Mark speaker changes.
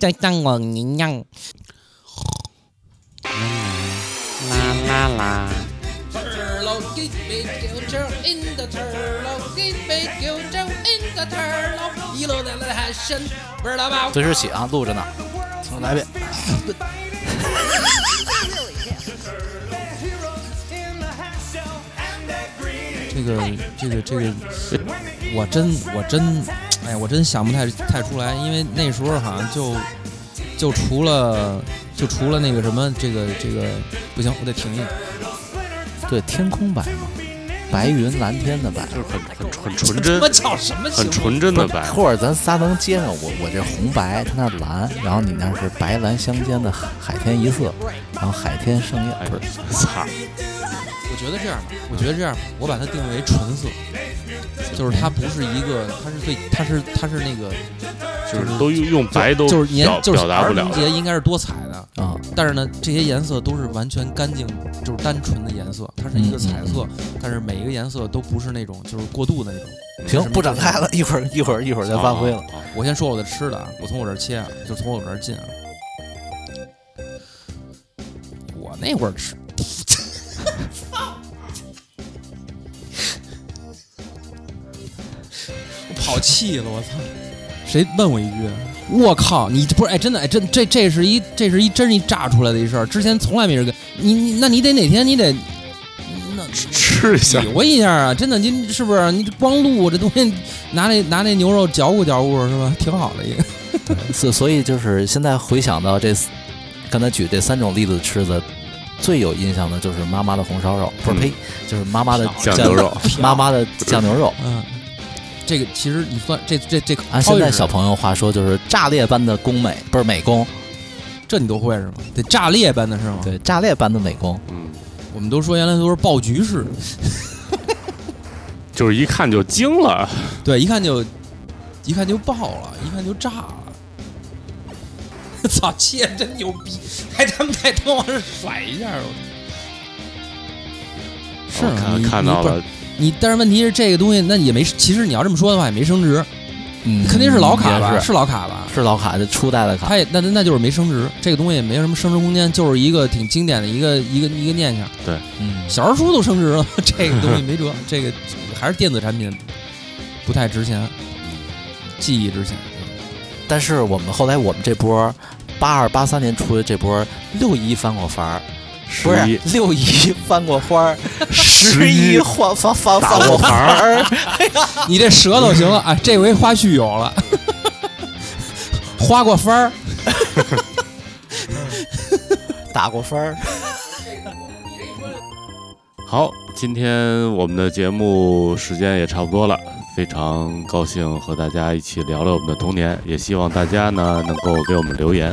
Speaker 1: 就像我一样。
Speaker 2: 啦啦啦！
Speaker 3: Turtle, geek, big culture in the turtle, geek, big culture in the turtle，一路的来喊声，不知道吧？
Speaker 2: 随时起啊，录着呢。
Speaker 4: 重来一遍。
Speaker 1: 这个这个这个，我真我真，哎，我真想不太太出来，因为那时候好像就就除了就除了那个什么，这个这个不行，我得停一下。
Speaker 4: 对，天空白嘛，白云蓝天的白。
Speaker 2: 就是很很很纯真
Speaker 3: 我，叫什么
Speaker 2: 很
Speaker 3: 情况？
Speaker 2: 纯真的白。
Speaker 4: 或者咱仨能接上我，我这红白，他那蓝，然后你那是白蓝相间的海海天一色，然后海天盛
Speaker 2: 哎
Speaker 4: 宴，不是，
Speaker 2: 操！
Speaker 1: 我觉得这样吧，我觉得这样吧，我把它定为纯色，就是它不是一个，它是最，它是它是那个，
Speaker 2: 就是都用用白都
Speaker 1: 就是年
Speaker 2: 表
Speaker 1: 就是
Speaker 2: 表达
Speaker 1: 儿
Speaker 2: 不了
Speaker 1: 童。节应该是多彩的，
Speaker 4: 啊、
Speaker 1: 但是呢，这些颜色都是完全干净，就是单纯的颜色，它是一个彩色，但是每一个颜色都不是那种就是过度的那种。
Speaker 4: 行，不展开了，一会儿一会儿一会儿再发挥了。
Speaker 2: 啊。啊
Speaker 1: 我先说我的吃的啊，我从我这儿切啊，就从我这儿进啊。我那会儿吃，我 跑气了，我操！谁问我一句？啊我靠！你这不是哎，真的哎，真这这是一这是一真是一炸出来的一事儿，之前从来没人跟你你，那你得哪天你得那
Speaker 2: 吃一下
Speaker 1: 比，划一下啊！真的，您是不是？你这光录这东西，拿那拿那牛肉嚼咕嚼咕是吧？挺好的一个。
Speaker 4: 所所以就是现在回想到这，刚才举这三种例子吃的，最有印象的就是妈妈的红烧肉，不是
Speaker 2: 嗯
Speaker 4: 呸，就是妈妈的
Speaker 2: 酱牛肉，
Speaker 4: 妈妈的酱牛肉。
Speaker 1: 嗯，啊这个其实你算这这这
Speaker 4: 按
Speaker 1: 超
Speaker 4: 现
Speaker 1: 越
Speaker 4: 在
Speaker 1: 是
Speaker 4: 小朋友话说，就是炸裂般的工美，不是美工，
Speaker 1: 这你都会是吗？得炸裂般的是吗？，
Speaker 4: 对，炸裂般的美工。
Speaker 2: 嗯，
Speaker 1: 我们都说原来都是爆菊式，
Speaker 2: 就是一看就惊了。
Speaker 1: 对，一看就一看就爆了，一看就炸了。 操，切真牛逼，还他妈再他妈往这甩一下，我是
Speaker 2: 我
Speaker 1: 吗
Speaker 2: 啊看
Speaker 1: 你
Speaker 2: 看
Speaker 1: 你
Speaker 2: 到
Speaker 1: 不是
Speaker 2: 了，
Speaker 1: 你，但是问题是这个东西，那也没，其实你要这么说的话也没升值，
Speaker 4: 嗯，
Speaker 1: 肯定是老卡
Speaker 4: 也
Speaker 1: 吧？
Speaker 4: 是
Speaker 1: 是老卡吧？
Speaker 4: 是老卡，这初代的卡。
Speaker 1: 它也那那那就是没升值，这个东西也没什么升值空间，就是一个挺经典的一个一个一个念想。
Speaker 4: 嗯，
Speaker 1: 小人书都升值了， 这个东西没辙，这个还是电子产品不太值钱，记忆值钱。
Speaker 4: 但是我们后来我们这波八二八三年出的这波六一翻过番儿，
Speaker 2: 十
Speaker 4: 不
Speaker 2: 一
Speaker 4: 是六一翻过花儿，十一翻翻翻翻过牌儿，
Speaker 1: 你这舌头行了啊，这回花絮有了， 花过番儿，
Speaker 4: 打过分儿。
Speaker 2: 好，今天我们的节目时间也差不多了，非常高兴和大家一起聊聊我们的童年，也希望大家呢能够给我们留言，